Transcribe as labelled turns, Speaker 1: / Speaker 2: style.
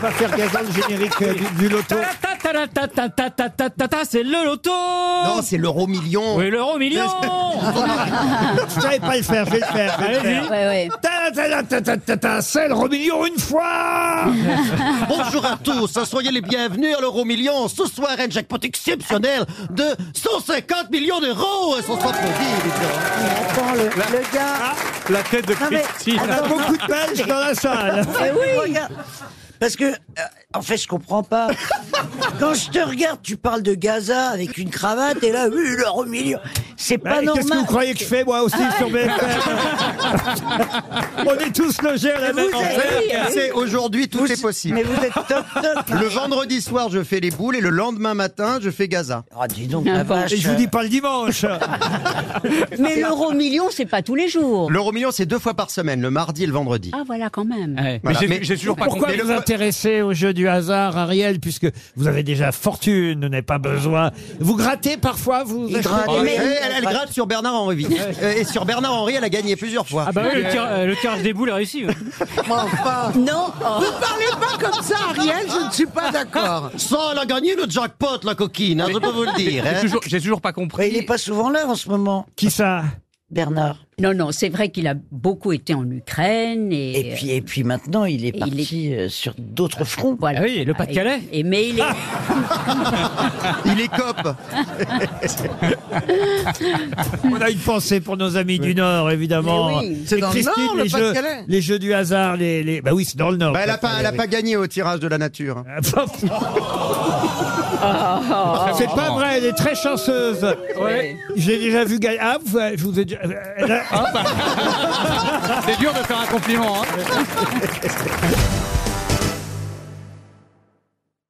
Speaker 1: pas faire gazon le générique euh, du, du loto.
Speaker 2: Ta-ta-ta-ta-ta-ta-ta-ta-ta, C'est le loto
Speaker 3: Non, c'est l'euro million.
Speaker 2: Oui, l'euro million Ah
Speaker 1: Je savais pas le faire, je vais le faire. je vais le faire.
Speaker 2: Allez-y.
Speaker 4: Ouais, ouais.
Speaker 1: Ta, ta, ta, ta, ta, ta, ta, C'est le Romillon une fois
Speaker 3: Bonjour à tous, hein, soyez les bienvenus à l'euro million. Ce soir, un jackpot exceptionnel de 150 millions d'euros. On se applaudit,
Speaker 5: Attends, le, le
Speaker 1: Ah.
Speaker 5: gars.
Speaker 2: La tête de
Speaker 5: Non, mais-
Speaker 2: Christine.
Speaker 1: On a beaucoup de Belges dans la salle.
Speaker 5: Mais oui. Parce que, euh, en fait, je comprends pas. Quand je te regarde, tu parles de Gaza avec une cravate et là, oui, l'heure au milieu. C'est
Speaker 1: Bah,
Speaker 5: pas
Speaker 1: et Qu'est-ce que vous
Speaker 5: normal. Ah
Speaker 1: croyez que je fais moi aussi sur BFM On est tous logés à la même
Speaker 5: vous êtes-
Speaker 1: enseigne.
Speaker 2: Ah
Speaker 3: les gars. C'est aujourd'hui, tout est possible.
Speaker 5: Mais vous êtes top top.
Speaker 3: Le vendredi soir, je fais les boules et le lendemain matin, je fais Gaza.
Speaker 5: Oh, dis donc, la vache. euh,
Speaker 1: Et je vous dis pas le dimanche.
Speaker 4: Mais l'euro million, c'est pas tous les jours.
Speaker 3: L'euro million, c'est deux fois par semaine, le mardi et le vendredi.
Speaker 4: Ah voilà, quand même.
Speaker 2: Ouais. Mais
Speaker 3: Voilà,
Speaker 2: j'ai-
Speaker 3: mais-
Speaker 2: j'ai toujours pas
Speaker 1: Pourquoi
Speaker 2: compris.
Speaker 1: vous intéressez au jeu du hasard, Ariel, puisque vous avez déjà fortune, vous n'avez pas besoin. Vous grattez parfois, vous
Speaker 5: Il
Speaker 1: achetez-
Speaker 5: gratte.
Speaker 2: Ah
Speaker 5: Eh,
Speaker 3: Et
Speaker 5: Mais-
Speaker 3: elle, elle gratte sur Bernard Henry. Euh, Et sur Bernard Henry, elle a gagné plusieurs fois.
Speaker 2: Ah bah oui, le tir- euh, le tirage des boules est réussi. ouais.
Speaker 4: Non,
Speaker 3: Ça, elle a gagné le jackpot, la coquine, hein, je peux vous le dire.
Speaker 2: J'ai
Speaker 3: hein.
Speaker 2: toujours, j'ai toujours pas
Speaker 5: Mais
Speaker 2: compris.
Speaker 5: il est pas souvent là en ce moment,
Speaker 1: Qui ça
Speaker 5: Bernard.
Speaker 4: non, non, c'est vrai qu'il a beaucoup été en Ukraine et,
Speaker 5: Et puis, et puis maintenant, il est
Speaker 4: il
Speaker 5: parti euh, sur d'autres fronts.
Speaker 4: voilà.
Speaker 2: Ah oui, le Pas-de-Calais.
Speaker 4: Et, et- mais il est,
Speaker 3: Il est Bah, cop.
Speaker 1: On a une pensée pour nos amis du Nord, évidemment.
Speaker 4: Mais oui.
Speaker 1: C'est dans Christine, les, jeux, les jeux du hasard, les, les... Bah oui, c'est dans le Nord.
Speaker 3: Bah, elle a pas, elle a pas gagné au tirage de la nature.
Speaker 1: C'est pas vrai, elle est très chanceuse.
Speaker 2: Ouais.
Speaker 1: J'ai déjà vu gagner. Ah, vous- je vous ai déjà- elle a-
Speaker 2: C'est dur de faire un compliment. hein.